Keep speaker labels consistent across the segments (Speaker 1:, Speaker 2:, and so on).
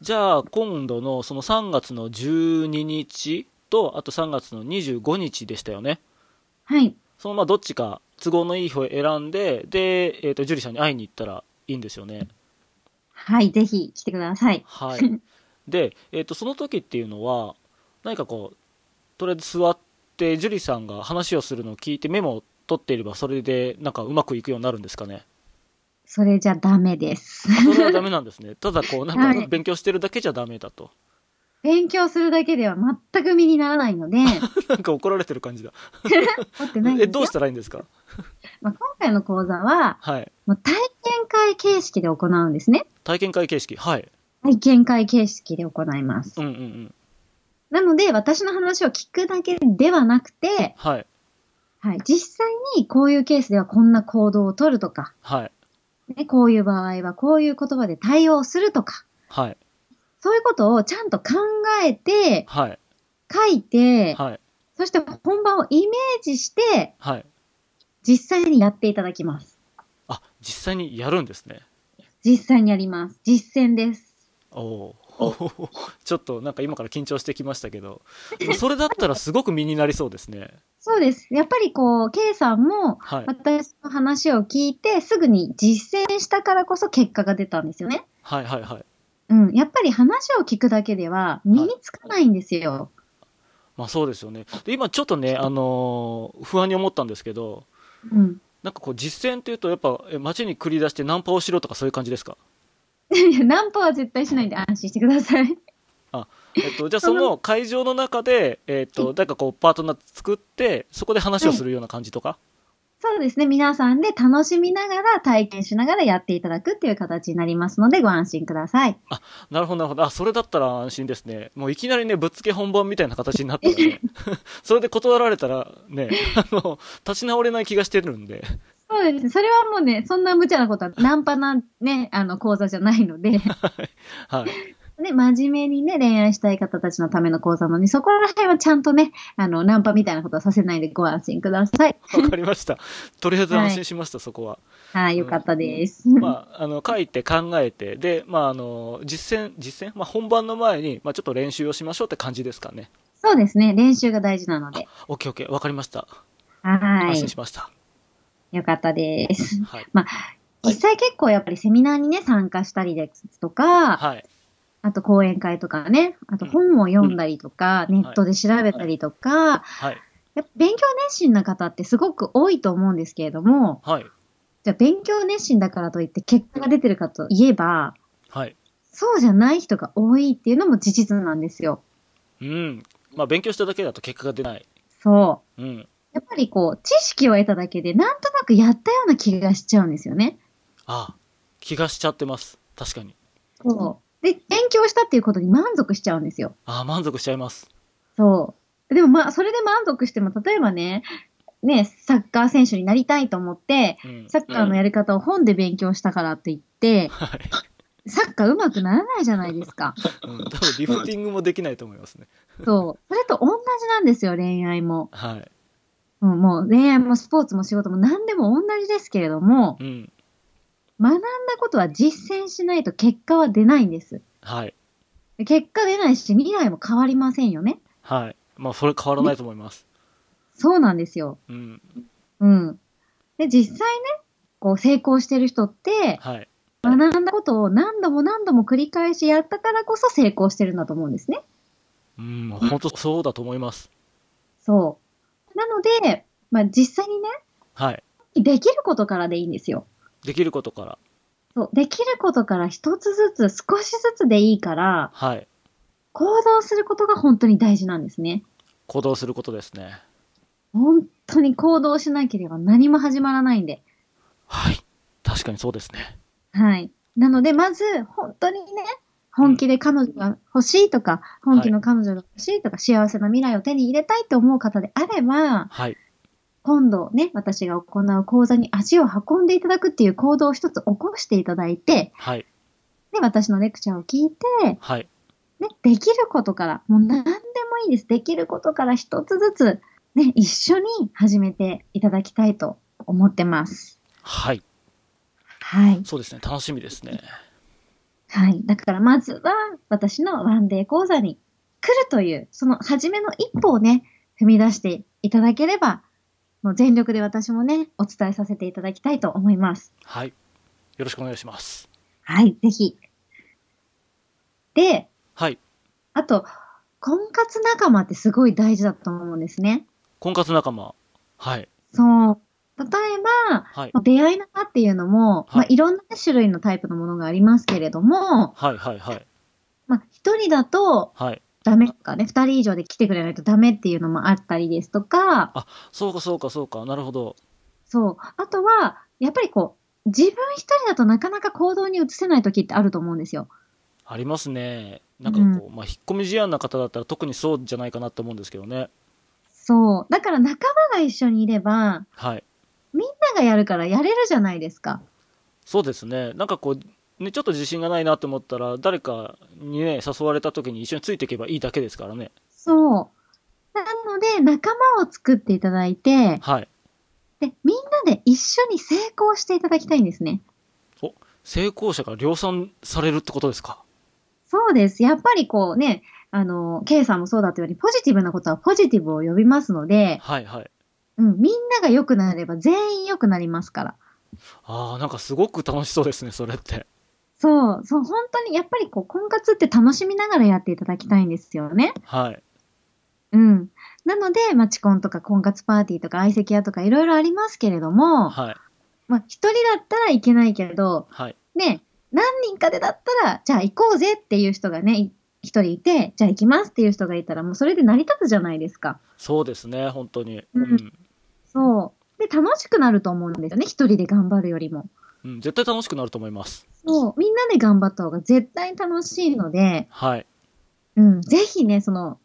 Speaker 1: じゃあ今度のその3月の12日と、あと3月の25日でしたよね。
Speaker 2: はい。
Speaker 1: そのまあどっちか都合のいい日を選んで、で、えっ、と、樹里さんに会いに行ったらいいんですよね。
Speaker 2: はい。ぜひ来てください。
Speaker 1: はい。で、えっ、と、その時っていうのは、何かこう、とりあえず座って、樹里さんが話をするのを聞いてメモを取っていれば、それでなんかうまくいくようになるんですかね。
Speaker 2: それじゃダメです。
Speaker 1: それはダメなんですね。ただこう、な
Speaker 2: は
Speaker 1: んか
Speaker 2: い
Speaker 1: 勉強してるだけじゃダメだと。
Speaker 2: 勉強するだけでは全く身にならない ので、
Speaker 1: なんか怒られてる感じだ。
Speaker 2: 持ってないんです
Speaker 1: え、
Speaker 2: よ
Speaker 1: どうしたらいいんですか
Speaker 2: まあ、今回の講座は、
Speaker 1: はい。
Speaker 2: もう体験会形式で行うんですね。
Speaker 1: 体験会形式。はい。
Speaker 2: 体験会形式で行います
Speaker 1: うん。うんうん。
Speaker 2: なので、私の話を聞くだけではなくて、
Speaker 1: はい。
Speaker 2: はい、実際にこういうケースではこんな行動をとるとか、
Speaker 1: はい。
Speaker 2: ね、こういう場合はこういう言葉で対応するとか、
Speaker 1: はい。
Speaker 2: そういうことをちゃんと考えて、
Speaker 1: はい。
Speaker 2: 書いて、
Speaker 1: はい。
Speaker 2: そして本番をイメージして、
Speaker 1: はい。
Speaker 2: 実際にやっていただきます。
Speaker 1: あ、実際にやるんですね。
Speaker 2: 実際にやります。実践です。
Speaker 1: おお。 ちょっとなんか今から緊張してきましたけど、でもそれだったらすごく身になりそうですね。
Speaker 2: そうです。やっぱりこう、K さんも、
Speaker 1: はい。
Speaker 2: 私の話を聞いて、すぐに実践したからこそ結果が出たんですよね。
Speaker 1: はいはいはい。
Speaker 2: うん。やっぱり話を聞くだけでは身につかないんですよ。
Speaker 1: まあそうですよね。で、今ちょっとね、あのー不安に思ったんですけど、
Speaker 2: うん。
Speaker 1: なんかこう実践っていうとやっぱえ街に繰り出してナンパをしろとかそういう感じですか
Speaker 2: いやナンパは絶対しないんで安心してください。
Speaker 1: えっと、じゃあその会場の中で、えっと、誰かこうパートナー作って、そこで話をするような感じとか、
Speaker 2: そうですね。皆さんで楽しみながら、体験しながらやっていただくっていう形になりますので、ご安心ください。
Speaker 1: なるほど、なるほど。あ、それだったら安心ですね。もういきなりね、ぶっつけ本番みたいな形になったら ね、それで断られたらね、あの、立ち直れない気がしてるんで、
Speaker 2: そうですね。それはもうね、そんな無茶なことは、ナンパなね、あの、講座じゃないの で。
Speaker 1: はい。
Speaker 2: ね、真面目にね、恋愛したい方たちのための講座なのに、そこら辺はちゃんとね、あの、ナンパみたいなことはさせないでご安心ください。
Speaker 1: わかりました。とりあえず安心しました、そこは。
Speaker 2: はい、よかったです。
Speaker 1: まあ、あの、書いて考えて、で、まあ、あの、実践、実践まあ、本番の前に、まあ、ちょっと練習をしましょうって感じですかね。
Speaker 2: そうですね、練習が大事なので。
Speaker 1: オッケーオッケー、わかりました。
Speaker 2: は
Speaker 1: 安心し
Speaker 2: い、
Speaker 1: ました。
Speaker 2: よかったです。
Speaker 1: はい。
Speaker 2: 実際結構やっぱりセミナーにね、参加したりですとか、
Speaker 1: はい。
Speaker 2: あと講演会とかね、あと本を読んだりとか、
Speaker 1: ん
Speaker 2: ネットで調べたりとか、
Speaker 1: はい。
Speaker 2: やっぱ勉強熱心な方ってすごく多いと思うんですけれども、
Speaker 1: はい。
Speaker 2: じゃあ勉強熱心だからといって結果が出てるかといえば、
Speaker 1: はい。
Speaker 2: そうじゃない人が多いっていうのも事実なんですよ。
Speaker 1: うん。まあ、勉強しただけだと結果が出ない。
Speaker 2: そ
Speaker 1: うん。
Speaker 2: う。やっぱりこう、知識を得ただけで、なんとなくやったような気がしちゃうんですよね。
Speaker 1: ああ気がしちゃってます。確かに。
Speaker 2: そう。で、勉強したっていうことに満足しちゃうんですよ。
Speaker 1: ああ満足しちゃいます。
Speaker 2: そう。でもまあ、それで満足しても、例えばね、ね、サッカー選手になりたいと思って、
Speaker 1: うん。
Speaker 2: サッカーのやり方を本で勉強したからって言って、
Speaker 1: はい。
Speaker 2: サッカー上手くならないじゃないですか。
Speaker 1: うん。多分、リフティングもできないと思いますね。
Speaker 2: そう。それと同じなんですよ、恋愛も。
Speaker 1: はい。
Speaker 2: うんもう恋愛もスポーツも仕事も何でも同じですけれども、
Speaker 1: うん。
Speaker 2: 学んだことは実践しないと結果は出ないんです。
Speaker 1: はい。
Speaker 2: 結果出ないし、未来も変わりませんよね。
Speaker 1: はい。まあ、それ変わらないと思います。
Speaker 2: そうなんですよ。
Speaker 1: うん。
Speaker 2: うん。で、実際ね、こう成功してる人って、
Speaker 1: はい。
Speaker 2: 学んだことを何度も何度も繰り返しやったからこそ成功してるんだと思うんですね。
Speaker 1: うん。本当そうだと思います。
Speaker 2: そう。なので、まあ実際にね、
Speaker 1: はい。
Speaker 2: できることからでいいんですよ。
Speaker 1: できることから。
Speaker 2: そう。できることから一つずつ、少しずつでいいから、
Speaker 1: はい。
Speaker 2: 行動することが本当に大事なんですね。
Speaker 1: 行動することですね。
Speaker 2: 本当に行動しなければ何も始まらないんで。
Speaker 1: はい。確かにそうですね。
Speaker 2: はい。なので、まず、本当にね、本気で彼女が欲しいとか、本気の彼女が欲しいとか、幸せな未来を手に入れたいと思う方であれば、
Speaker 1: はい。
Speaker 2: 今度ね、私が行う講座に足を運んでいただくっていう行動を一つ起こしていただいて、
Speaker 1: はい。
Speaker 2: で、私のレクチャーを聞いて、
Speaker 1: はい。
Speaker 2: ね、できることから、もう何でもいいです。できることから一つずつ、ね、一緒に始めていただきたいと思ってます。
Speaker 1: はい。
Speaker 2: はい。
Speaker 1: そうですね。楽しみですね。
Speaker 2: はい。だからまずは、私のワンデー講座に来るという、その初めの一歩をね、踏み出していただければ、もう全力で私もね、お伝えさせていただきたいと思います。
Speaker 1: はい。よろしくお願いします。
Speaker 2: はい、ぜひ。で、
Speaker 1: はい。
Speaker 2: あと、婚活仲間ってすごい大事だと思うんですね。
Speaker 1: 婚活仲間。はい。
Speaker 2: そう。例えば、
Speaker 1: はい。
Speaker 2: まあ出会い仲っていうのも、
Speaker 1: はい
Speaker 2: まあ、いろんな種類のタイプのものがありますけれども、
Speaker 1: はい、はい、はい。
Speaker 2: まあ、一人だと
Speaker 1: はい。
Speaker 2: ダメとかね、二人以上で来てくれないとダメっていうのもあったりですとか、
Speaker 1: そうか、そうか、そうか。なるほど。
Speaker 2: そう。あとは、やっぱりこう、自分一人だとなかなか行動に移せない時ってあると思うんですよ。
Speaker 1: ありますね。なんかこう、まあ、引っ込み思案な方だったら特にそうじゃないかなと思うんですけどね。
Speaker 2: そう。だから仲間が一緒にいれば、
Speaker 1: はい。
Speaker 2: みんながやるからやれるじゃないですか。
Speaker 1: そうですね。なんかこう、ね、ちょっと自信がないなと思ったら、誰かにね、誘われた時に一緒についていけばいいだけですからね。
Speaker 2: そう。なので、仲間を作っていただいて、
Speaker 1: はい。
Speaker 2: で、みんなで一緒に成功していただきたいんですね。
Speaker 1: 成功者が量産されるってことですか。
Speaker 2: そうです。やっぱりこうね、あの、K さんもそうだったように、ポジティブなことはポジティブを呼びますので、
Speaker 1: はい、はい。
Speaker 2: うん、みんなが良くなれば全員良くなりますから。
Speaker 1: ああ、なんかすごく楽しそうですね、それって。
Speaker 2: そう、そう、本当にやっぱりこう、婚活って楽しみながらやっていただきたいんですよね。
Speaker 1: はい。
Speaker 2: うん。なので、マチコンとか婚活パーティーとか相席屋とかいろいろありますけれども、
Speaker 1: はい。
Speaker 2: まあ一人だったらいけないけれど、
Speaker 1: はい。
Speaker 2: ね、何人かでだったら、じゃあ行こうぜっていう人がね、い一人いて、じゃあ行きますっていう人がいたら、もうそれで成り立つじゃないですか。
Speaker 1: そうですね、本当に。う
Speaker 2: うん
Speaker 1: ん。
Speaker 2: そう。で、楽しくなると思うんですよね、一人で頑張るよりも。
Speaker 1: うん、絶対楽しくなると思います。
Speaker 2: そう、みんなで頑張った方が絶対楽しいので、
Speaker 1: はい。
Speaker 2: うん、ぜひね、その、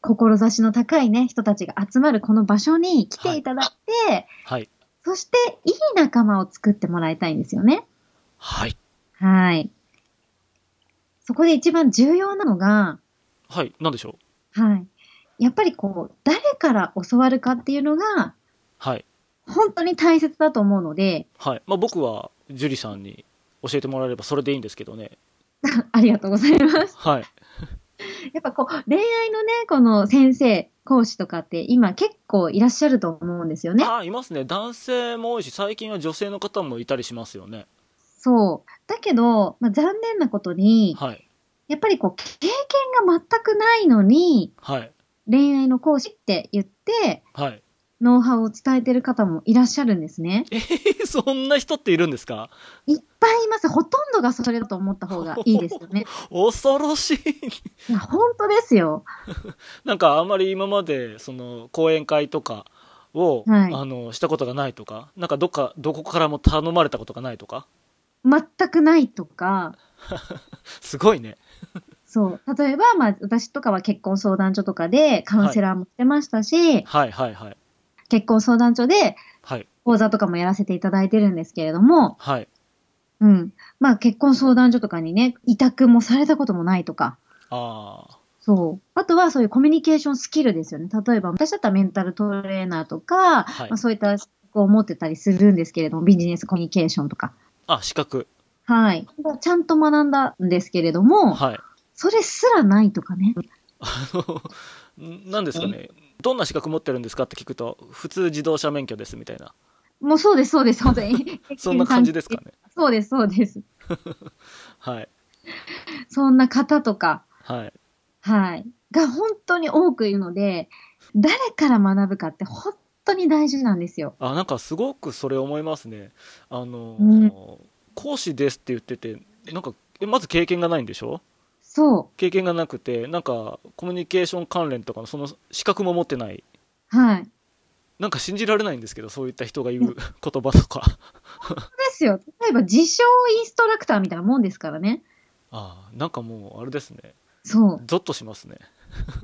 Speaker 2: 志の高いね、人たちが集まるこの場所に来ていただいて、
Speaker 1: はい。
Speaker 2: そして、いい仲間を作ってもらいたいんですよね。
Speaker 1: はい。
Speaker 2: はい。そこで一番重要なのが、
Speaker 1: はい。なんでしょう。
Speaker 2: はい。やっぱりこう、誰から教わるかっていうのが、
Speaker 1: はい。
Speaker 2: 本当に大切だと思うので、
Speaker 1: はい。まあ、僕は、樹里さんに教えてもらえればそれでいいんですけどね。
Speaker 2: ありがとうございます。
Speaker 1: はい。
Speaker 2: やっぱこう、恋愛のね、この先生、講師とかって今結構いらっしゃると思うんですよね。
Speaker 1: ああ、いますね。男性も多いし、最近は女性の方もいたりしますよね。
Speaker 2: そう。だけど、まあ、残念なことに、
Speaker 1: はい。
Speaker 2: やっぱりこう、経験が全くないのに、
Speaker 1: はい。
Speaker 2: 恋愛の講師って言って、
Speaker 1: はい。
Speaker 2: ノウハウを伝えてる方もいらっしゃるんですね。
Speaker 1: えーそんな人っているんですか
Speaker 2: いっぱいいます。ほとんどがそれだと思った方がいいです よね。
Speaker 1: 恐ろしい。
Speaker 2: いや、本当ですよ。
Speaker 1: なんか、あんまり今まで、その、講演会とかを、
Speaker 2: はい
Speaker 1: あの、したことがないとか、なんか、どっか、どこからも頼まれたことがないとか、
Speaker 2: 全くないとか、
Speaker 1: すごいね。
Speaker 2: そう。例えば、まあ、私とかは結婚相談所とかでカウンセラーもしてましたし、
Speaker 1: はい、はい、はい。
Speaker 2: 結婚相談所で
Speaker 1: はい。
Speaker 2: 講座とかもやらせていただいてるんですけれども、
Speaker 1: はい。
Speaker 2: うん。まあ、結婚相談所とかにね、委託もされたこともないとか、
Speaker 1: ああ。
Speaker 2: そう。あとはそういうコミュニケーションスキルですよね。例えば、私だったらメンタルトレーナーとか、
Speaker 1: はい
Speaker 2: まあ、そういった資格を持ってたりするんですけれども、ビジネスコミュニケーションとか。
Speaker 1: あ、資格。
Speaker 2: はい。ちゃんと学んだんですけれども、
Speaker 1: はい。
Speaker 2: それすらないとかね。
Speaker 1: あの、 何ですかね。どんな資格持ってるんですかって聞くと、普通自動車免許ですみたいな。
Speaker 2: もうそうです、そうです、本当に。
Speaker 1: そんな感じですかね。
Speaker 2: そうです、そうです。
Speaker 1: はい。
Speaker 2: そんな方とか、
Speaker 1: はい。
Speaker 2: はい。が本当に多くいるので、誰から学ぶかって本当に大事なんですよ。
Speaker 1: あ、なんかすごくそれ思いますね。あの、
Speaker 2: うん
Speaker 1: 講師ですって言ってて、なんか、えまず経験がないんでしょ
Speaker 2: そ
Speaker 1: 経験がなくて、なんか、コミュニケーション関連とかのその資格も持ってない。
Speaker 2: う。はい。
Speaker 1: なんか信じられないんですけど、そういった人が 言う言葉とか。
Speaker 2: ですよ。例えば、自称インストラクターみたいなもんですからね。
Speaker 1: ああ、なんかもう、あれですね。
Speaker 2: そう。
Speaker 1: ゾッとしますね。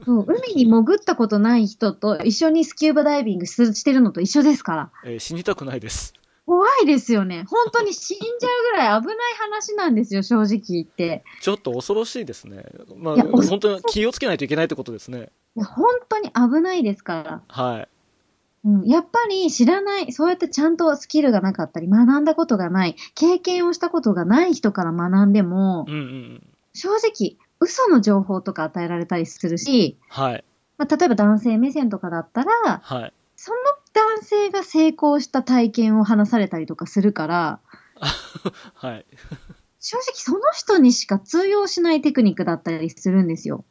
Speaker 2: そう海に潜ったことない人と一緒にスキューバダイビングすしてるのと一緒ですから。
Speaker 1: えー死にたくないです。
Speaker 2: 怖いですよね。本当に死んじゃうぐらい危ない話なんですよ、正直言って。
Speaker 1: ちょっと恐ろしいですね。まあ、
Speaker 2: いや
Speaker 1: 本当に気をつけないといけないってことですね。
Speaker 2: いや本当に危ないですから。
Speaker 1: はい。
Speaker 2: うん、やっぱり知らない、そうやってちゃんとスキルがなかったり、学んだことがない、経験をしたことがない人から学んでも、
Speaker 1: うんうんうん。
Speaker 2: 正直、嘘の情報とか与えられたりするし、
Speaker 1: はい。
Speaker 2: まあ、例えば男性目線とかだったら、
Speaker 1: はい。
Speaker 2: その男性が成功した体験を話されたりとかするから、
Speaker 1: はい。
Speaker 2: 正直その人にしか通用しないテクニックだったりするんですよ。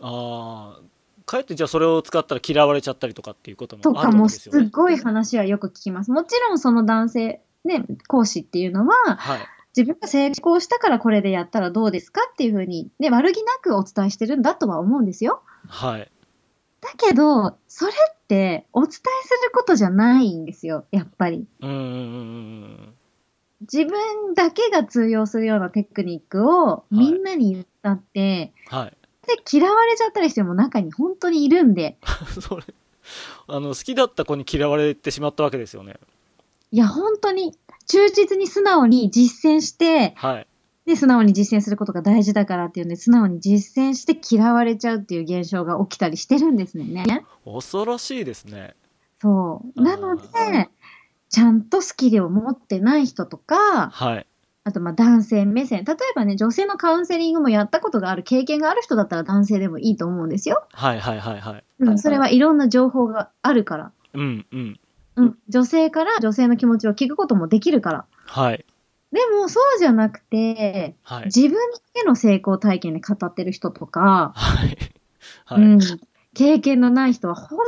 Speaker 1: ああ。かえってじゃあそれを使ったら嫌われちゃったりとかっていうことも
Speaker 2: と
Speaker 1: あ
Speaker 2: か
Speaker 1: るわ
Speaker 2: も
Speaker 1: けです
Speaker 2: す
Speaker 1: よね。
Speaker 2: ごい話はよく聞きます。もちろんその男性、ね、講師っていうのは、
Speaker 1: はい。
Speaker 2: 自分が成功したからこれでやったらどうですかっていうふうに、ね、悪気なくお伝えしてるんだとは思うんですよ。
Speaker 1: はい。
Speaker 2: だけど、それってお伝えすることじゃないんですよ、やっぱり。
Speaker 1: うんうんうんうんうん。
Speaker 2: 自分だけが通用するようなテクニックをみんなに言ったって、
Speaker 1: はい。
Speaker 2: で嫌われちゃったりしても中に本当にいるんで、
Speaker 1: それ、あの、好きだった子に嫌われてしまったわけですよね。
Speaker 2: いや、本当に忠実に素直に実践して、
Speaker 1: はい。
Speaker 2: で、素直に実践することが大事だからっていうんで、素直に実践して嫌われちゃうっていう現象が起きたりしてるんですよね。
Speaker 1: 恐ろしいですね。
Speaker 2: そう。なので
Speaker 1: あ、
Speaker 2: ちゃんとスキルを持ってない人とか、
Speaker 1: はい。
Speaker 2: あとまあ男性目線。例えばね、女性のカウンセリングもやったことがある、経験がある人だったら男性でもいいと思うんですよ。
Speaker 1: はいはいはいはい。
Speaker 2: うん、それはいろんな情報があるから。
Speaker 1: うんうん。
Speaker 2: うん、女性から女性の気持ちを聞くこともできるから。
Speaker 1: はい。
Speaker 2: でも、そうじゃなくて、
Speaker 1: はい。
Speaker 2: 自分だけの成功体験で語ってる人とか、
Speaker 1: はい。はい。
Speaker 2: うん、経験のない人は本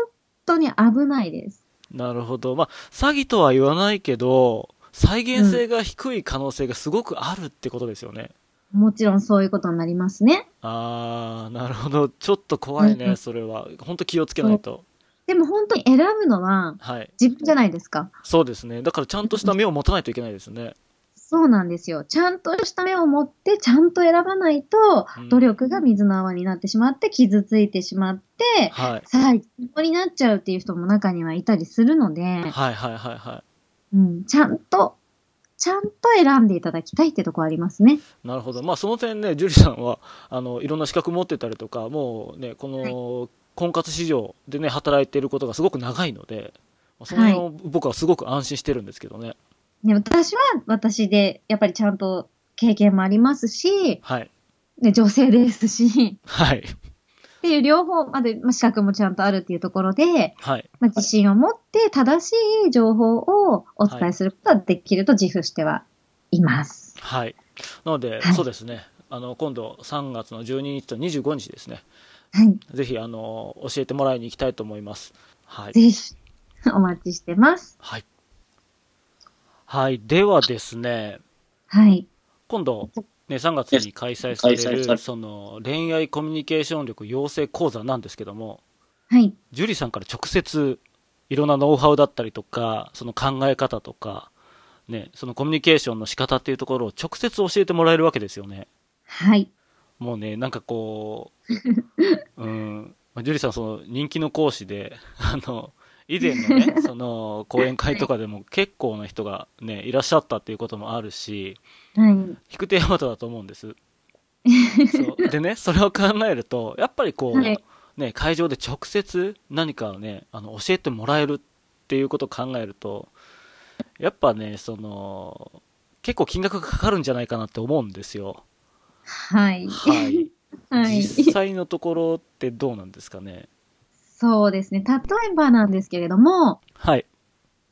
Speaker 2: 当に危ないです。
Speaker 1: なるほど。まあ、詐欺とは言わないけど、再現性が低い可能性がすごくあるってことですよね。
Speaker 2: もちろんそういうことになりますね。
Speaker 1: あー、なるほど。ちょっと怖い
Speaker 2: うんう
Speaker 1: ね、
Speaker 2: ん
Speaker 1: それは。本当気をつけないと。
Speaker 2: でも本当に選ぶのは
Speaker 1: はい。
Speaker 2: 自分じゃないですか。
Speaker 1: そうですね。だからちゃんとした目を持たないといけないですね。
Speaker 2: そうなんですよ。ちゃんとした目を持って、ちゃんと選ばないと
Speaker 1: うん、
Speaker 2: 努力が水の泡になってしまって、傷ついてしまって、
Speaker 1: はい。
Speaker 2: 最高になっちゃうっていう人も中にはいたりするので、
Speaker 1: はいはいはいは
Speaker 2: うん、ちゃんと、ちゃんと選んでいただきたいってとこありますね。
Speaker 1: い。なるほど。まあ、その点ね、ジュリさんは、あの、いろんな資格持ってたりとか、もうね、この、婚活市場でね、働いていることがすごく長いので、まあその辺を僕はすごく安心してるんですけどね。
Speaker 2: ね私は私で、やっぱりちゃんと経験もありますし、
Speaker 1: はい。
Speaker 2: ね、女性ですし、
Speaker 1: はい。
Speaker 2: っていう両方まで、まあ、資格もちゃんとあるっていうところで、
Speaker 1: はい。
Speaker 2: まあ、自信を持って正しい情報をお伝えすることはできると自負してはいます。
Speaker 1: はい。なので、
Speaker 2: はい
Speaker 1: そうですね。あの、今度3月の12日と25日ですね。
Speaker 2: はい。
Speaker 1: ぜひ、あの、教えてもらいに行きたいと思います。はい。
Speaker 2: ぜひ、お待ちしてます。
Speaker 1: はい。はい。ではですね、
Speaker 2: はい。
Speaker 1: 今度、ね、3月に開催さ
Speaker 3: 開
Speaker 1: れ
Speaker 3: 催さ
Speaker 1: る、
Speaker 3: れ
Speaker 1: その、恋愛コミュニケーション力養成講座なんですけども、
Speaker 2: はい。
Speaker 1: ジュリさんから直接、いろんなノウハウだったりとか、その考え方とか、ね、そのコミュニケーションの仕方っていうところを直接教えてもらえるわけですよね。
Speaker 2: はい。
Speaker 1: もうね、なんかこ う、うん、まあ、ジュリさん、その人気の講師で、 あの、以前の ね、その講演会とかでも結構な人がね、いらっしゃったっていうこともあるし、
Speaker 2: はい。
Speaker 1: 引く手あまただと思うんです。 そうでね、それを考えると、やっぱりこう、
Speaker 2: はい
Speaker 1: ね、会場で直接何かをね、あの教えてもらえるっていうことを考えると、やっぱね、その、結構金額がかかるんじゃないかなって思うんですよ。
Speaker 2: はい。
Speaker 1: はい。
Speaker 2: はい。
Speaker 1: 実際のところってどうなんですかね。
Speaker 2: そうですね。例えばなんですけれども、
Speaker 1: はい。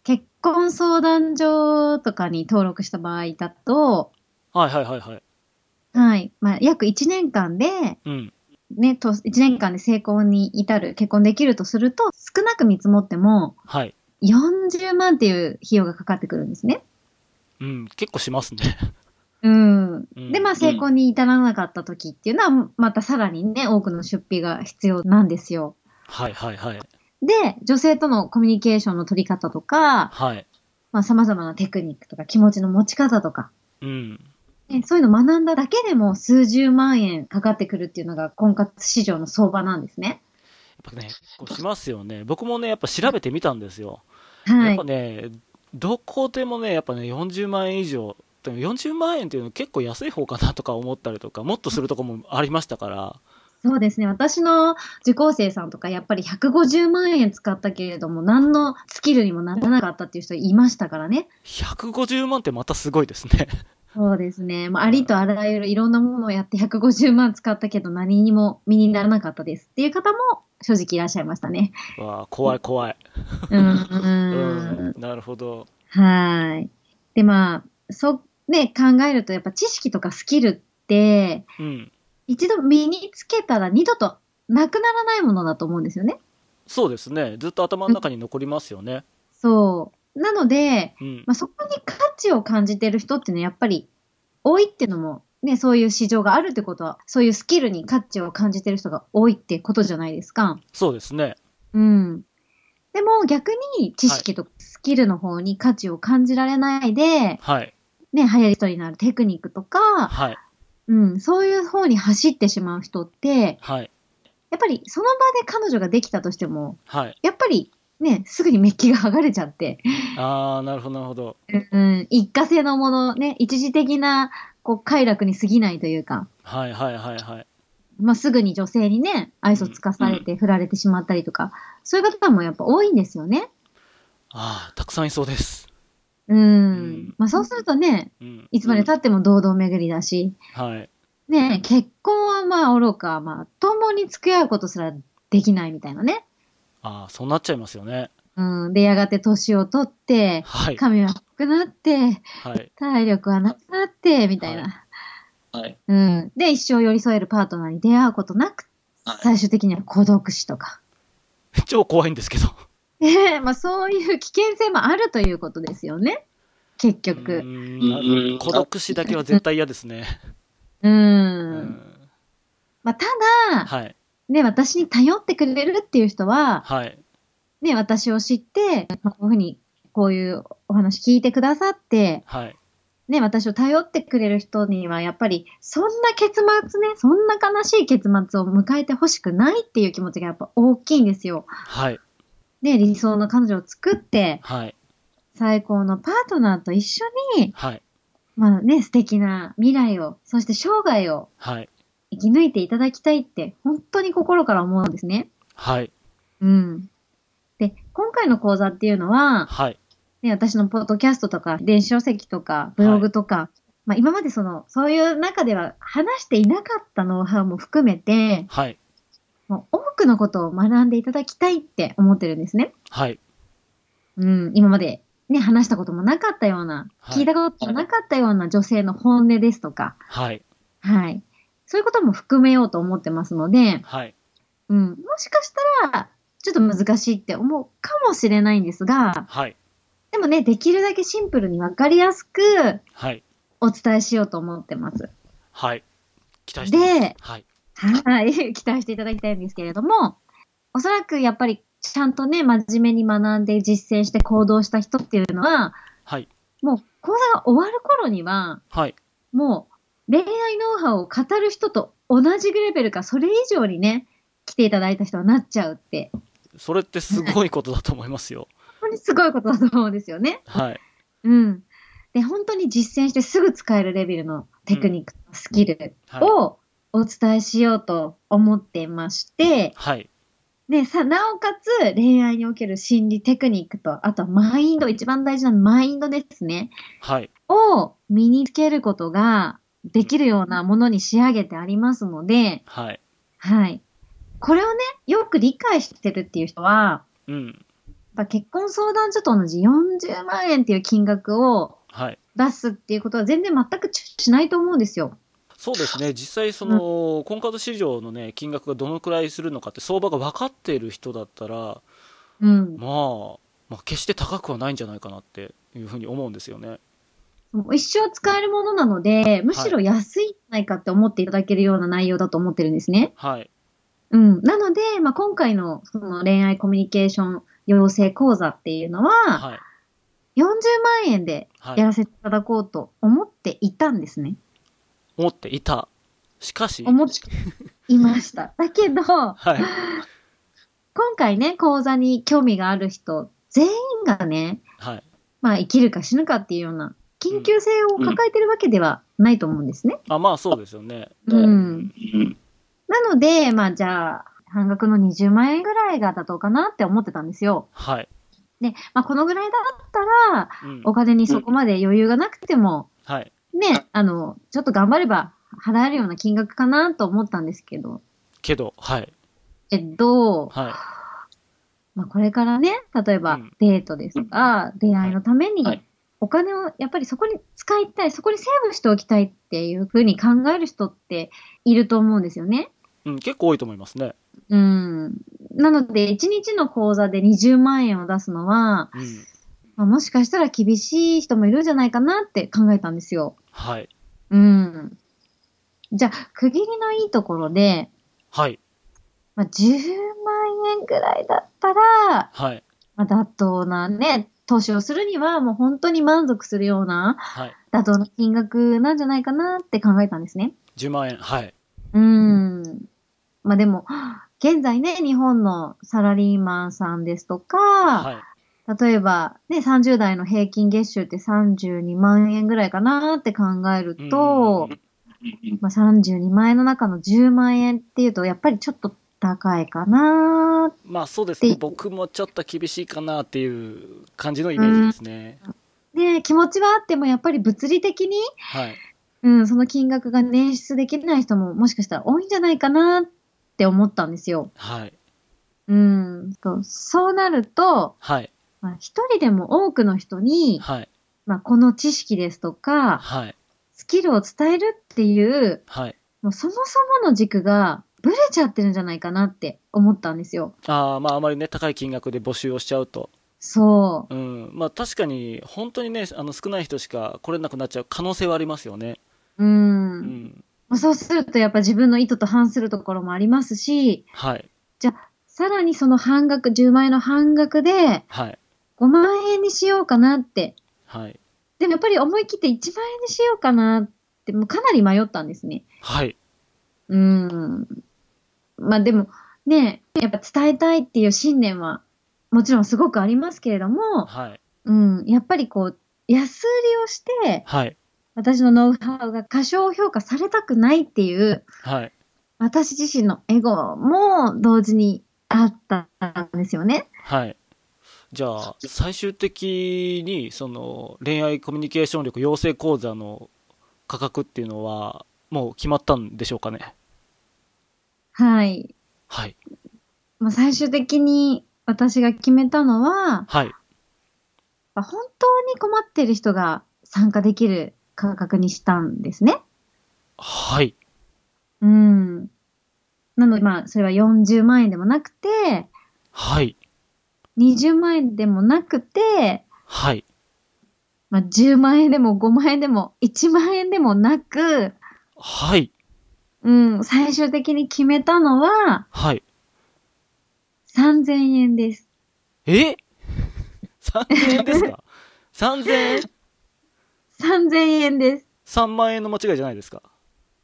Speaker 2: 結婚相談所とかに登録した場合だと、
Speaker 1: はいはいはいはい。
Speaker 2: はい。まあ、約1年間で、
Speaker 1: うん。
Speaker 2: ね、と、1年間で成婚に至る、結婚できるとすると、少なく見積もっても、
Speaker 1: はい。
Speaker 2: 40万っていう費用がかかってくるんですね。
Speaker 1: うん。結構しますね。
Speaker 2: うん。
Speaker 1: うん
Speaker 2: で、まあ、成功に至らなかった時っていうのは、またさらにね、多くの出費が必要なんですよ。
Speaker 1: はいはいはい。
Speaker 2: で、女性とのコミュニケーションの取り方とか、
Speaker 1: はい。
Speaker 2: まあ、様々なテクニックとか、気持ちの持ち方とか、
Speaker 1: うん。
Speaker 2: ね、そういうの学んだだけでも数十万円かかってくるっていうのが婚活市場の相場なんですね。
Speaker 1: やっぱね、こうしますよね。僕もね、やっぱ調べてみたんですよ。
Speaker 2: は
Speaker 1: やっ
Speaker 2: い
Speaker 1: ぱ。ね、どこでもね、やっぱね、40万円以上。でも40万円っていうのは結構安い方かなとか思ったりとか、もっとするとこもありましたから、
Speaker 2: そうですね。私の受講生さんとか、やっぱり150万円使ったけれども、何のスキルにもならなかったっていう人いましたからね。
Speaker 1: 150万ってまたすごいですね。
Speaker 2: そうですね。まあ、ありとあらゆるいろんなものをやって150万使ったけど、何にも身にならなかったですっていう方も正直いらっしゃいましたね。
Speaker 1: わあ、怖い怖い。
Speaker 2: う。
Speaker 1: うんん、なるほど。
Speaker 2: はい。で、まあ、そう、ね、考えると、やっぱ知識とかスキルって、
Speaker 1: うん。
Speaker 2: 一度身につけたら二度となくならないものだと思うんですよね。
Speaker 1: そうですね。ずっと頭の中に残りますよね。
Speaker 2: そう。なので、
Speaker 1: うん
Speaker 2: ま。あ、そこに価値を感じてる人っていうのはやっぱり多いっていうのも、ね、そういう市場があるってことは、そういうスキルに価値を感じてる人が多いってことじゃないですか。
Speaker 1: そうですね。
Speaker 2: うん。でも逆に知識とかスキルの方に価値を感じられないで、
Speaker 1: はい。
Speaker 2: ね、流行り人になるテクニックとか、
Speaker 1: はい。
Speaker 2: うん、そういう方に走ってしまう人って、
Speaker 1: はい。
Speaker 2: やっぱりその場で彼女ができたとしても、
Speaker 1: はい。
Speaker 2: やっぱりね、すぐにメッキが剥がれちゃって、
Speaker 1: ああ、なるほど、なるほど。
Speaker 2: うん、一過性のもの、ね、一時的な、こう、快楽に過ぎないというか、
Speaker 1: はいはいはいはい。
Speaker 2: まあ、すぐに女性にね、愛想つかされて振られてしまったりとか、そういう方もやっぱ多いんですよね。
Speaker 1: ああ、たくさんいそうです。
Speaker 2: うん。
Speaker 1: ん
Speaker 2: まあ、そうするとね、
Speaker 1: うん。
Speaker 2: いつまで経っても堂々巡りだし、
Speaker 1: はい。
Speaker 2: ね、結婚はまあ愚か、まあ、共に付き合うことすらできないみたいなね。
Speaker 1: ああ、そうなっちゃいますよね。
Speaker 2: うん。で、やがて年を取って、
Speaker 1: はい。
Speaker 2: 髪は濃くなって、
Speaker 1: はい。
Speaker 2: 体力はなくなって、みたいな。
Speaker 3: はい。
Speaker 2: うん。で、一生寄り添えるパートナーに出会うことなく、
Speaker 3: はい。
Speaker 2: 最終的には孤独死とか。
Speaker 1: 超怖いんですけど。
Speaker 2: ええまあそういう危険性もあるということですよね。結
Speaker 1: う
Speaker 2: 局。
Speaker 1: ーん孤独死だけは絶対嫌ですね。
Speaker 2: うん。
Speaker 1: うん
Speaker 2: まあただ、
Speaker 1: はい。
Speaker 2: ね、私に頼ってくれるっていう人は、
Speaker 1: はい。
Speaker 2: ね、私を知って、まあこういうふうに、こういうお話聞いてくださって、
Speaker 1: はい。
Speaker 2: ね、私を頼ってくれる人には、やっぱり、そんな結末ね、そんな悲しい結末を迎えてほしくないっていう気持ちがやっぱ大きいんですよ。
Speaker 1: はい。
Speaker 2: ね、理想の彼女を作って、
Speaker 1: はい。
Speaker 2: 最高のパートナーと一緒に、
Speaker 1: はい。
Speaker 2: まあね、素敵な未来を、そして生涯を
Speaker 1: はい。
Speaker 2: 生き抜いていただきたいって、本当に心から思うんですね。
Speaker 1: はい。
Speaker 2: うん。で、今回の講座っていうのは、
Speaker 1: はい。
Speaker 2: ね、私のポッドキャストとか、電子書籍とか、ブログとか、まあ今までその、そういう中では話していなかったノウハウも含めて、
Speaker 1: はい。
Speaker 2: もう多くのことを学んでいただきたいって思ってるんですね。
Speaker 1: はい。
Speaker 2: うん、今までね、話したこともなかったような、
Speaker 1: はい
Speaker 2: 聞いたこともなかったような女性の本音ですとか、
Speaker 1: はい。
Speaker 2: はい。そういうことも含めようと思ってますので、
Speaker 1: はい。
Speaker 2: うん、もしかしたら、ちょっと難しいって思うかもしれないんですが、
Speaker 1: はい。
Speaker 2: でもね、できるだけシンプルにわかりやすく、
Speaker 1: はい。
Speaker 2: お伝えしようと思ってます。
Speaker 1: はい。期待してます
Speaker 2: で。
Speaker 1: はい。
Speaker 2: はい、 期待していただきたいんですけれども、おそらくやっぱりちゃんとね、真面目に学んで実践して行動した人っていうのは、
Speaker 1: はい。
Speaker 2: もう講座が終わる頃には、
Speaker 1: はい。
Speaker 2: もう恋愛ノウハウを語る人と同じレベルか、それ以上にね、来ていただいた人はなっちゃうって、
Speaker 1: それってすごいことだと思いますよ。
Speaker 2: 本当にすごいことだと思うんですよね。
Speaker 1: はい。
Speaker 2: うん。で、本当に実践してすぐ使えるレベルのテクニック、スキル
Speaker 1: はい。
Speaker 2: をお伝えしようと思ってまして、
Speaker 1: はい。
Speaker 2: で、さ、なおかつ恋愛における心理テクニックと、あとはマインド、一番大事なマインドですね、
Speaker 1: はい。
Speaker 2: を身につけることができるようなものに仕上げてありますので、
Speaker 1: はい。
Speaker 2: はい。これをね、よく理解してるっていう人は、
Speaker 1: うん。
Speaker 2: やっぱ結婚相談所と同じ40万円っていう金額を
Speaker 1: はい。
Speaker 2: 出すっていうことは全然全くしないと思うんですよ。
Speaker 1: そうですね。実際、その、婚活市場のね、金額がどのくらいするのかって相場が分かっている人だったら、
Speaker 2: うん。
Speaker 1: まあ、まあ、決して高くはないんじゃないかなっていうふうに思うんですよね。
Speaker 2: 一生使えるものなので、むしろ安いんじゃないかって思っていただけるような内容だと思ってるんですね。
Speaker 1: はい。
Speaker 2: うん。なので、まあ、今回のその恋愛コミュニケーション養成講座っていうのは、
Speaker 1: はい。
Speaker 2: 40万円で
Speaker 1: は
Speaker 2: や
Speaker 1: い。
Speaker 2: らせていただこうと思っていたんですね。
Speaker 1: 思っていた。しかし、
Speaker 2: 思っていました。だけど、今
Speaker 1: はい。
Speaker 2: 回ね、講座に興味がある人、全員がね、
Speaker 1: はい。
Speaker 2: まあ、生きるか死ぬかっていうような、緊急性を抱えてるわけではないと思うんですね。
Speaker 1: あ、まあそうですよね。
Speaker 2: うん。なのので、まあじゃあ、半額の20万円ぐらいが妥当かなって思ってたんですよ。
Speaker 1: はい。
Speaker 2: で、まあこのぐらいだったら、
Speaker 1: うん
Speaker 2: お金にそこまで余裕がなくても、
Speaker 1: はい。
Speaker 2: ね、あの、ちょっと頑張れば払えるような金額かなと思ったんですけど、
Speaker 1: けど、はい。
Speaker 2: えっと、
Speaker 1: は
Speaker 2: まあ、これからね、例え
Speaker 1: う
Speaker 2: ば
Speaker 1: ん
Speaker 2: デートですとか、出会いのため
Speaker 1: は
Speaker 2: に
Speaker 1: い、
Speaker 2: お金をやっぱりそこに使いたい、そこにセーブしておきたいっていうふうに考える人っていると思うんですよね。
Speaker 1: い。うん、結構多いと思いますね。
Speaker 2: うん。なので、1日の口座で20万円を出すのは、
Speaker 1: うん。
Speaker 2: まあ、もしかしたら厳しい人もいるんじゃないかなって考えたんですよ。
Speaker 1: はい。
Speaker 2: うん。じゃあ、区切りのいいところで、
Speaker 1: はい。
Speaker 2: まあ、10万円ぐらいだったら、
Speaker 1: はい。
Speaker 2: まあ、妥当なね、投資をするにはもう本当に満足するような
Speaker 1: はい。
Speaker 2: 妥当な金額なんじゃないかなって考えたんですね。
Speaker 1: 10万円。はい。
Speaker 2: うーん。まあでも、現在ね、日本のサラリーマンさんですとか、
Speaker 1: はい。
Speaker 2: 例えばね、30代の平均月収って32万円ぐらいかなって考えると、まあ、32万円の中の10万円っていうと、やっぱりちょっと高いかな
Speaker 1: まあそうですね。
Speaker 2: で
Speaker 1: 僕もちょっと厳しいかなっていう感じのイメージですね。
Speaker 2: ね気持ちはあってもやっぱり物理的に
Speaker 1: はい。
Speaker 2: うん、その金額が捻出できない人ももしかしたら多いんじゃないかなって思ったんですよ。
Speaker 1: はい。
Speaker 2: うん、そうそうなると、
Speaker 1: はい。
Speaker 2: まあ、一人でも多くの人に、
Speaker 1: はい。
Speaker 2: まあ、この知識ですとか、
Speaker 1: はい。
Speaker 2: スキルを伝えるっていう、
Speaker 1: はい。
Speaker 2: もうそもそもの軸がブレちゃってるんじゃないかなって思ったんですよ。
Speaker 1: ああ、まああまりね、高い金額で募集をしちゃうと。
Speaker 2: そ
Speaker 1: うん。まあ確かに、本当にね、あの少ない人しか来れなくなっちゃう可能性はありますよね。
Speaker 2: う。うん。
Speaker 1: うん。
Speaker 2: まあそうするとやっぱ自分の意図と反するところもありますし、
Speaker 1: はい。
Speaker 2: さらにその半額、10万円の半額で
Speaker 1: はい。
Speaker 2: 5万円にしようかなって
Speaker 1: はい。
Speaker 2: でもやっぱり思い切って1万円にしようかなって、もうかなり迷ったんですね。
Speaker 1: はい。
Speaker 2: うーん。まあでも、ね、やっぱ伝えたいっていう信念は、もちろんすごくありますけれども、
Speaker 1: はい。
Speaker 2: うん、やっぱりこう、安売りをして、
Speaker 1: はい。
Speaker 2: 私のノウハウが過小評価されたくないっていう、
Speaker 1: はい。
Speaker 2: 私自身のエゴも同時にあったんですよね。
Speaker 1: はい。じゃあ、最終的に、その、恋愛コミュニケーション力養成講座の価格っていうのは、もう決まったんでしょうかね。
Speaker 2: はい。
Speaker 1: はい。
Speaker 2: まあ、最終的に私が決めたのは、
Speaker 1: はい。
Speaker 2: まあ本当に困ってる人が参加できる価格にしたんですね。
Speaker 1: はい。
Speaker 2: うん。なのでまあ、それは40万円でもなくて、
Speaker 1: はい。
Speaker 2: 20万円でもなくて、
Speaker 1: はい。
Speaker 2: まあ、10万円でも5万円でも1万円でもなく、
Speaker 1: はい。
Speaker 2: うん、最終的に決めたのは
Speaker 1: はい。
Speaker 2: 3000円です。
Speaker 1: え ?3000 円ですか ?3000 円
Speaker 2: 3000円です。
Speaker 1: ?3 万円の間違いじゃないですか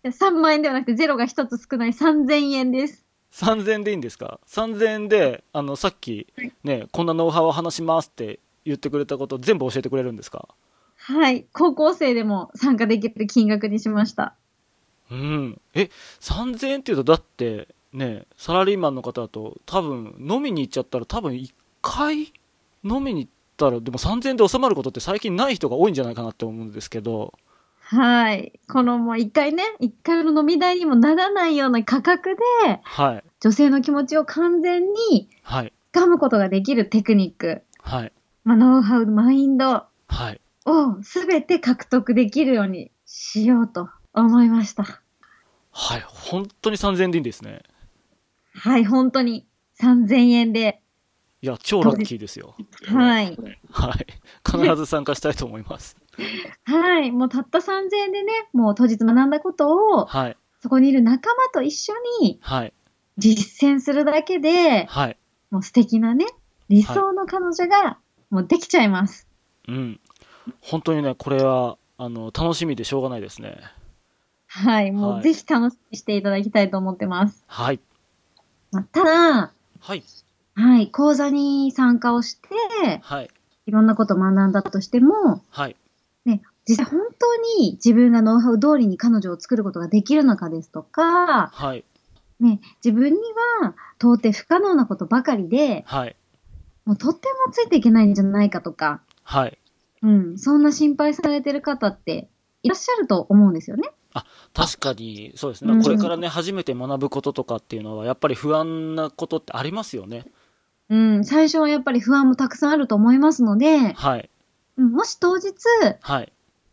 Speaker 2: いや3万円ではなくて、ゼロが1つ少ない3000円です。
Speaker 1: 3000円でいいんですか3000円であのさっき、ね、こんなノウハウを話しますって言ってくれたこと全部教えてくれるんですか
Speaker 2: はい。高校生でも参加できる金額にしました。
Speaker 1: うんえ3000円っていうとだってねサラリーマンの方だと多分飲みに行っちゃったら多分1回飲みに行ったらでも3000円で収まることって最近ない人が多いんじゃないかなって思うんですけど
Speaker 2: はい。このもう一回ね、一回の飲み代にもならないような価格で、
Speaker 1: はい
Speaker 2: 女性の気持ちを完全に
Speaker 1: はい
Speaker 2: 掴むことができるテクニック、
Speaker 1: はい
Speaker 2: まあ、ノウハウ、マインド
Speaker 1: はい
Speaker 2: をすべて獲得できるようにしようと思いました。
Speaker 1: はい本当に3000円でいいんですね
Speaker 2: はい、本当に3000円で、
Speaker 1: いや超ラッキーですよ
Speaker 2: はい。
Speaker 1: はい必ず参加したいと思います
Speaker 2: はい、もうたった3000円でね、もう当日学んだことを、
Speaker 1: はい
Speaker 2: そこにいる仲間と一緒に
Speaker 1: はい
Speaker 2: 実践するだけで、
Speaker 1: はい
Speaker 2: もう素敵なね、理想の彼女が、もうできちゃいます。
Speaker 1: うん本当にねこれはあの楽しみでしょうがないですね
Speaker 2: はい、も
Speaker 1: はいう
Speaker 2: ぜひ楽しみにしていただきたいと思ってます。
Speaker 1: はい
Speaker 2: まあただ、
Speaker 1: はい
Speaker 2: はい、講座に参加をして、
Speaker 1: はい
Speaker 2: いろんなことを学んだとしても、
Speaker 1: はい
Speaker 2: ね、実際本当に自分がノウハウ通りに彼女を作ることができるのかですとか、
Speaker 1: はい
Speaker 2: ね、自分には到底不可能なことばかりで、
Speaker 1: はい。
Speaker 2: もうとってもついていけないんじゃないかとか、
Speaker 1: はい。
Speaker 2: うん、そんな心配されてる方っていらっしゃると思うんですよね。
Speaker 1: 確かに、そうですね。
Speaker 2: うん
Speaker 1: これからね、初めて学ぶこととかっていうのは、やっぱり不安なことってありますよね。
Speaker 2: うん、最初はやっぱり不安もたくさんあると思いますので、
Speaker 1: はい。
Speaker 2: うんもし当日、
Speaker 1: はい。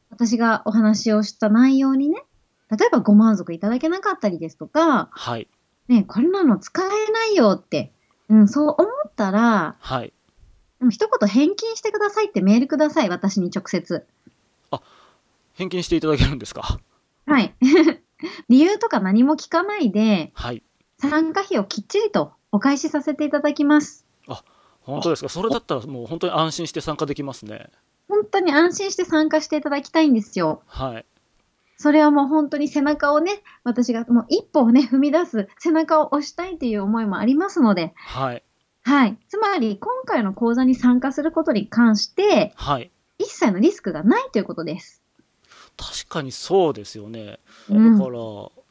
Speaker 2: 私がお話をした内容にね、例えばご満足いただけなかったりですとか、
Speaker 1: はい。
Speaker 2: ね、こんなの使えないよって、うん、そう思ったら、
Speaker 1: はい。
Speaker 2: でも一言返金してくださいってメールください、私に直接。
Speaker 1: 返金していただけるんですか
Speaker 2: はい。 理由とか何も聞かないで、
Speaker 1: はい。
Speaker 2: 参加費をきっちりとお返しさせていただきます。
Speaker 1: 本当ですかそれだったらもう本当に安心して参加できますね。
Speaker 2: 本当に安心して参加していただきたいんですよ。
Speaker 1: はい。
Speaker 2: それはもう本当に背中をね、私がもう一歩をね、 踏み出す、背中を押したいという思いもありますので、
Speaker 1: はい。
Speaker 2: はい。つまり、今回の講座に参加することに関して、
Speaker 1: はい。
Speaker 2: 一切のリスクがないということです。
Speaker 1: 確かにそうですよね。
Speaker 2: う
Speaker 1: だ
Speaker 2: ん。
Speaker 1: から、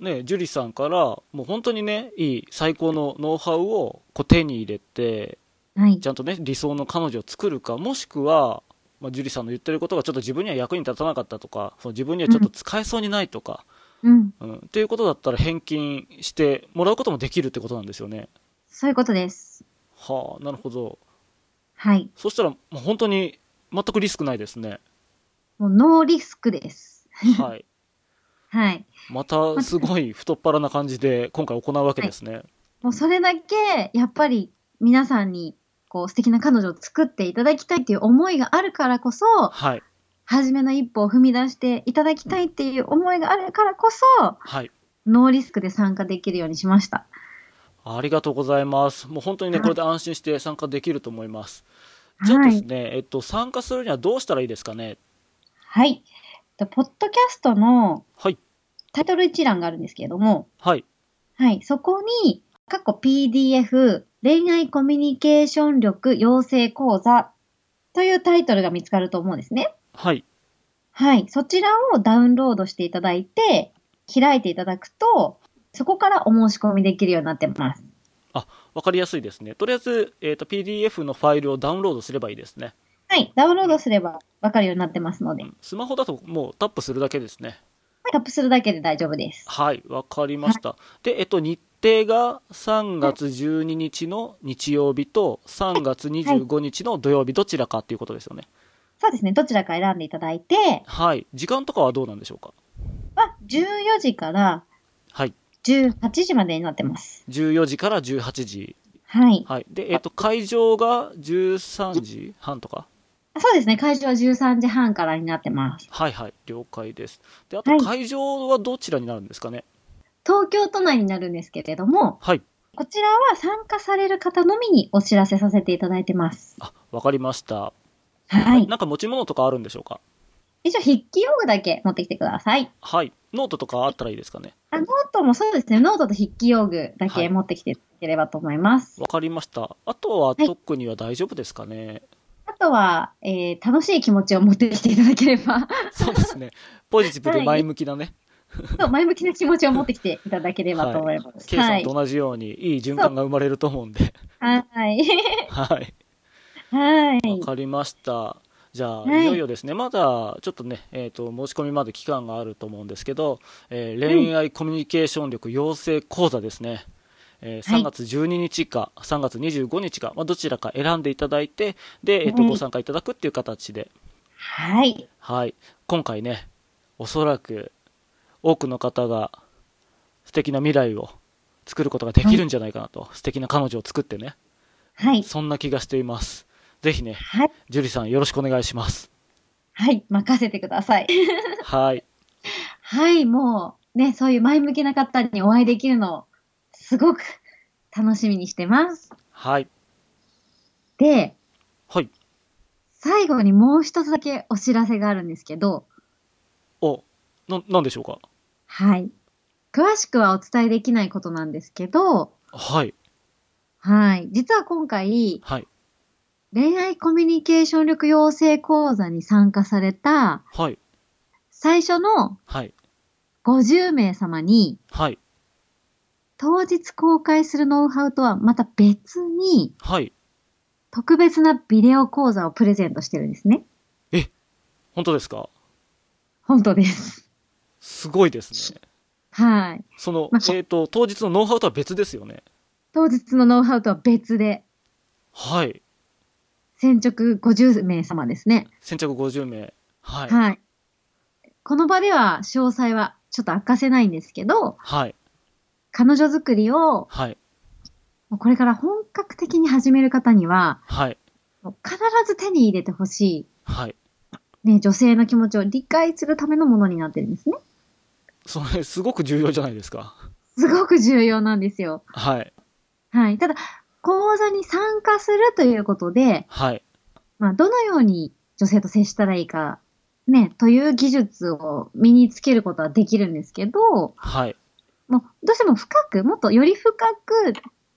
Speaker 1: ね、樹里さんから、もう本当にね、いい、最高のノウハウをこう手に入れて、
Speaker 2: はい
Speaker 1: ち。ゃんとね、理想の彼女を作るか、もしくは、まあ、樹里さんの言ってることがちょっと自分には役に立たなかったとか、その自分にはちょっと使えそうにないとか、
Speaker 2: うん。
Speaker 1: うん、っていうことだったら返金してもらうこともできるってことなんですよね。
Speaker 2: そういうことです。
Speaker 1: はあ、なるほど。
Speaker 2: はい。
Speaker 1: そしたら、もう本当に全くリスクないです ね。
Speaker 2: もうノーリスクです。
Speaker 1: はい。
Speaker 2: はい。
Speaker 1: またすごい太っ腹な感じで今回行うわけですね。
Speaker 2: もうそれだけ、やっぱり皆さんに、こう、素敵な彼女を作っていただきたいっていう思いがあるからこそ、
Speaker 1: はい。
Speaker 2: 初めの一歩を踏み出していただきたいっていう思いがあるからこそ、
Speaker 1: はい。
Speaker 2: ノーリスクで参加できるようにしました。
Speaker 1: ありがとうございます。もう本当にね、
Speaker 2: はい
Speaker 1: これで安心して参加できると思います。じゃあ
Speaker 2: は
Speaker 1: です
Speaker 2: い。
Speaker 1: ね、えっと、参加するにはどうしたらいいですかね
Speaker 2: はい。とポッドキャストの
Speaker 1: はい。
Speaker 2: タイトル一覧があるんですけれども、
Speaker 1: はい。
Speaker 2: はい。そこに、過去 PDF、恋愛コミュニケーション力養成講座というタイトルが見つかると思うんですね。
Speaker 1: はい。
Speaker 2: はい。そちらをダウンロードしていただいて、開いていただくと、そこからお申し込みできるようになってます。
Speaker 1: わかりやすいですね。とりあえず、えっと、PDF のファイルをダウンロードすればいいですね。
Speaker 2: はい。ダウンロードすればわかるようになってますので、
Speaker 1: スマホだともうタップするだけですね。
Speaker 2: タップするだけで大丈夫です。
Speaker 1: はい。わかりました。で、えっと、日程が3月12日の日曜日と3月25日の土曜日、どちらかっていうことですよね。
Speaker 2: そうですね。どちらか選んでいただいて、
Speaker 1: はい。時間とかはどうなんでしょうか
Speaker 2: は14時から
Speaker 1: はい。
Speaker 2: 18時までになってます。
Speaker 1: 14時から18時。
Speaker 2: はい。
Speaker 1: はい。で、えっ、と、会場が13時半とか
Speaker 2: そうですね。会場は13時半からになってます。
Speaker 1: はいはい。了解です。で、あ
Speaker 2: は
Speaker 1: と
Speaker 2: い
Speaker 1: 会場はどちらになるんですかね
Speaker 2: 東京都内になるんですけれども、
Speaker 1: はい。
Speaker 2: こちらは参加される方のみにお知らせさせていただいてます。
Speaker 1: あ、わかりました。
Speaker 2: はい。
Speaker 1: なんか持ち物とかあるんでしょうか
Speaker 2: 一応筆記用具だけ持ってきてください。
Speaker 1: はい。ノートとかあったらいいですかね
Speaker 2: あ、ノートもそうですね。ノートと筆記用具だ
Speaker 1: は
Speaker 2: け
Speaker 1: い
Speaker 2: 持ってきていただければと思います。
Speaker 1: わかりました。あとは
Speaker 2: はい
Speaker 1: 特には大丈夫ですかね、
Speaker 2: あとは、えー、楽しい気持ちを持ってきていただければ、
Speaker 1: そうですね。ポジティブで前向きなね。
Speaker 2: そう前向きな気持ちを持ってきていただければと思います。
Speaker 1: ケイさ
Speaker 2: は
Speaker 1: ん
Speaker 2: い
Speaker 1: と。同じようにいい循環が生まれると思うんで。
Speaker 2: はい。
Speaker 1: はい。
Speaker 2: はい。
Speaker 1: わかりました。じゃあ、、
Speaker 2: はいい
Speaker 1: よいよですね、まだちょっとね、えーと、申し込みまで期間があると思うんですけど、えー恋愛コミュニケーション力養成講座ですね、えー
Speaker 2: はい
Speaker 1: 3月12日か3月25日か、まあ、どちらか選んでいただいて、で、えーと
Speaker 2: はい
Speaker 1: ご参加いただくっていう形で、
Speaker 2: はい。
Speaker 1: はい、今回ね、おそらく多くの方が素敵な未来を作ることができるんじゃないかなと、素敵な彼女を作ってね、
Speaker 2: はい。
Speaker 1: そんな気がしています。ぜひね、
Speaker 2: はい。
Speaker 1: 樹里さんよろしくお願いします。
Speaker 2: はい。任せてください。
Speaker 1: はい。
Speaker 2: はい。もう、ね、そういう前向きな方にお会いできるのを、すごく楽しみにしてます。
Speaker 1: はい。
Speaker 2: で、
Speaker 1: はい。
Speaker 2: 最後にもう一つだけお知らせがあるんですけど、
Speaker 1: お、な、なんでしょうか
Speaker 2: はい。詳しくはお伝えできないことなんですけど、
Speaker 1: はい。
Speaker 2: はい。実は今回、
Speaker 1: はい。
Speaker 2: 恋愛コミュニケーション力養成講座に参加された
Speaker 1: はい。
Speaker 2: 最初の
Speaker 1: はい。
Speaker 2: 50名様に
Speaker 1: はい。
Speaker 2: 当日公開するノウハウとはまた別に、
Speaker 1: はい。
Speaker 2: 特別なビデオ講座をプレゼントしてるんですね。
Speaker 1: 本当ですか
Speaker 2: 本当です。
Speaker 1: すごいですね。
Speaker 2: はい。
Speaker 1: その、
Speaker 2: まあそ
Speaker 1: えっ、と、当日のノウハウとは別ですよね。
Speaker 2: 当日のノウハウとは別で、
Speaker 1: はい。
Speaker 2: 先着50名様ですね。
Speaker 1: 先着50名。はい。
Speaker 2: はい。この場では詳細はちょっと明かせないんですけど、
Speaker 1: はい。
Speaker 2: 彼女作りを
Speaker 1: はい。
Speaker 2: もうこれから本格的に始める方には、
Speaker 1: はい。
Speaker 2: もう必ず手に入れてほし
Speaker 1: はい。
Speaker 2: い、ね、女性の気持ちを理解するためのものになってるんですね。
Speaker 1: それ、すごく重要じゃないですか。
Speaker 2: すごく重要なんですよ。
Speaker 1: はい。
Speaker 2: はい。ただ、講座に参加するということで、
Speaker 1: はい。
Speaker 2: まあ、どのように女性と接したらいいか、ね、という技術を身につけることはできるんですけど、
Speaker 1: はい。
Speaker 2: もう、どうしても深く、もっとより深く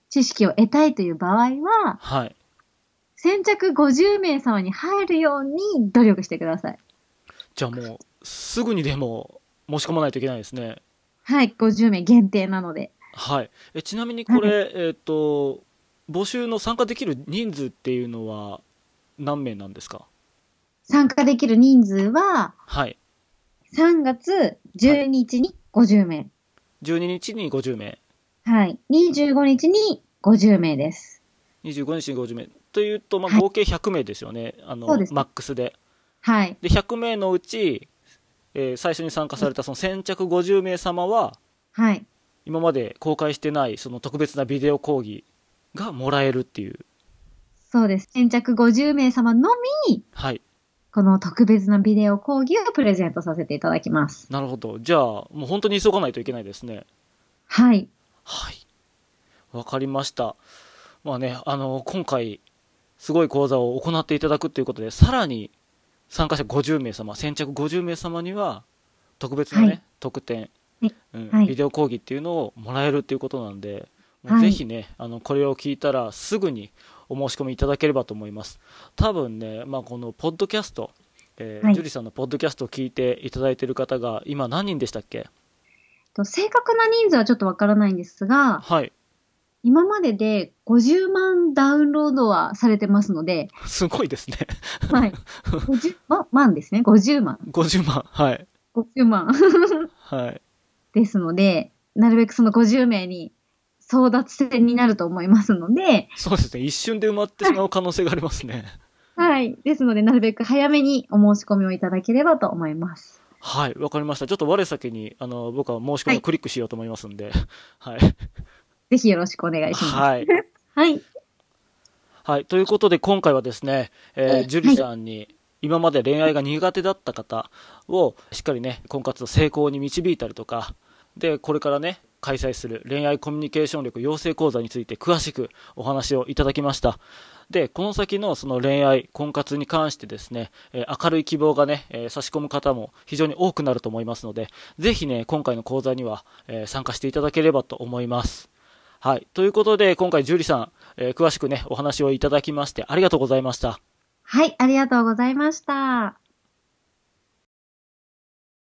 Speaker 2: 知識を得たいという場合は、
Speaker 1: はい。
Speaker 2: 先着50名様に入るように努力してください。
Speaker 1: じゃあもう、すぐにでも申し込まないといけないですね。
Speaker 2: はい、50名限定なので。
Speaker 1: はい。えちなみにこれ、えっ、と、募集の参加できる人数っていうのは何名なんですか
Speaker 2: 参加できる人数は、
Speaker 1: はい。
Speaker 2: 3月12日に50名。
Speaker 1: 12日に50名、
Speaker 2: はい、25日に50名です。
Speaker 1: 25日に50名。というと、ま
Speaker 2: は
Speaker 1: あ、
Speaker 2: い
Speaker 1: 合計100名ですよね。あの、
Speaker 2: そうです
Speaker 1: マックスで。
Speaker 2: はい、
Speaker 1: で、100名のうち、えー最初に参加されたその先着50名様は、
Speaker 2: はい、
Speaker 1: 今まで公開してないその特別なビデオ講義がもらえるっていう。
Speaker 2: そうです。先着50名様のみ、
Speaker 1: はい。
Speaker 2: この特別なビデオ講義をプレゼントさせていただきます。
Speaker 1: なるほど。じゃあ、もう本当に急がないといけないですね。
Speaker 2: はい、
Speaker 1: はい。わかりました。まあね、あの、今回、すごい講座を行っていただくということで、さらに参加者50名様、先着50名様には、特別なね、
Speaker 2: はい
Speaker 1: 特典、
Speaker 2: ね
Speaker 1: うん
Speaker 2: はい
Speaker 1: ビデオ講義っていうのをもらえるということなんで、もう
Speaker 2: はい
Speaker 1: ぜひね、あの、これを聞いたらすぐにお申し込みいただければと思います。多分ね、まあこのポッドキャスト、えー
Speaker 2: はい
Speaker 1: ジュリさんのポッドキャストを聞いていただいている方が、今何人でしたっけ
Speaker 2: と正確な人数はちょっとわからないんですが、
Speaker 1: はい。
Speaker 2: 今までで50万ダウンロードはされてますので、
Speaker 1: すごいですね。
Speaker 2: はい。50万万ですね。50万。
Speaker 1: 50万。はい。
Speaker 2: 50万
Speaker 1: はい。
Speaker 2: ですので、なるべくその50名に争奪戦になると思いますので、
Speaker 1: そうですね。一瞬で埋まってしまう可能性があります ね。
Speaker 2: はい。ですので、なるべく早めにお申し込みをいただければと思います。
Speaker 1: はい。わかりました。ちょっと我先に、あの、僕は申し込みをクリックしようと思いますんで。はい。
Speaker 2: ぜひよろしくお願いします。
Speaker 1: はい。
Speaker 2: はい。
Speaker 1: はい。ということで、今回はですね、え
Speaker 2: え
Speaker 1: ー、ジュリさんに、今まで恋愛が苦手だった方を、しっかりね、婚活の成功に導いたりとか、で、これからね、開催する恋愛コミュニケーション力養成講座について詳しくお話をいただきました。で、この先のその恋愛、婚活に関してですね、えー明るい希望がね、えー差し込む方も非常に多くなると思いますので、ぜひね、今回の講座には、えー参加していただければと思います。はい。ということで、今回、ジュリさん、えー詳しくね、お話をいただきまして、ありがとうございました。
Speaker 2: はい。ありがとうございました。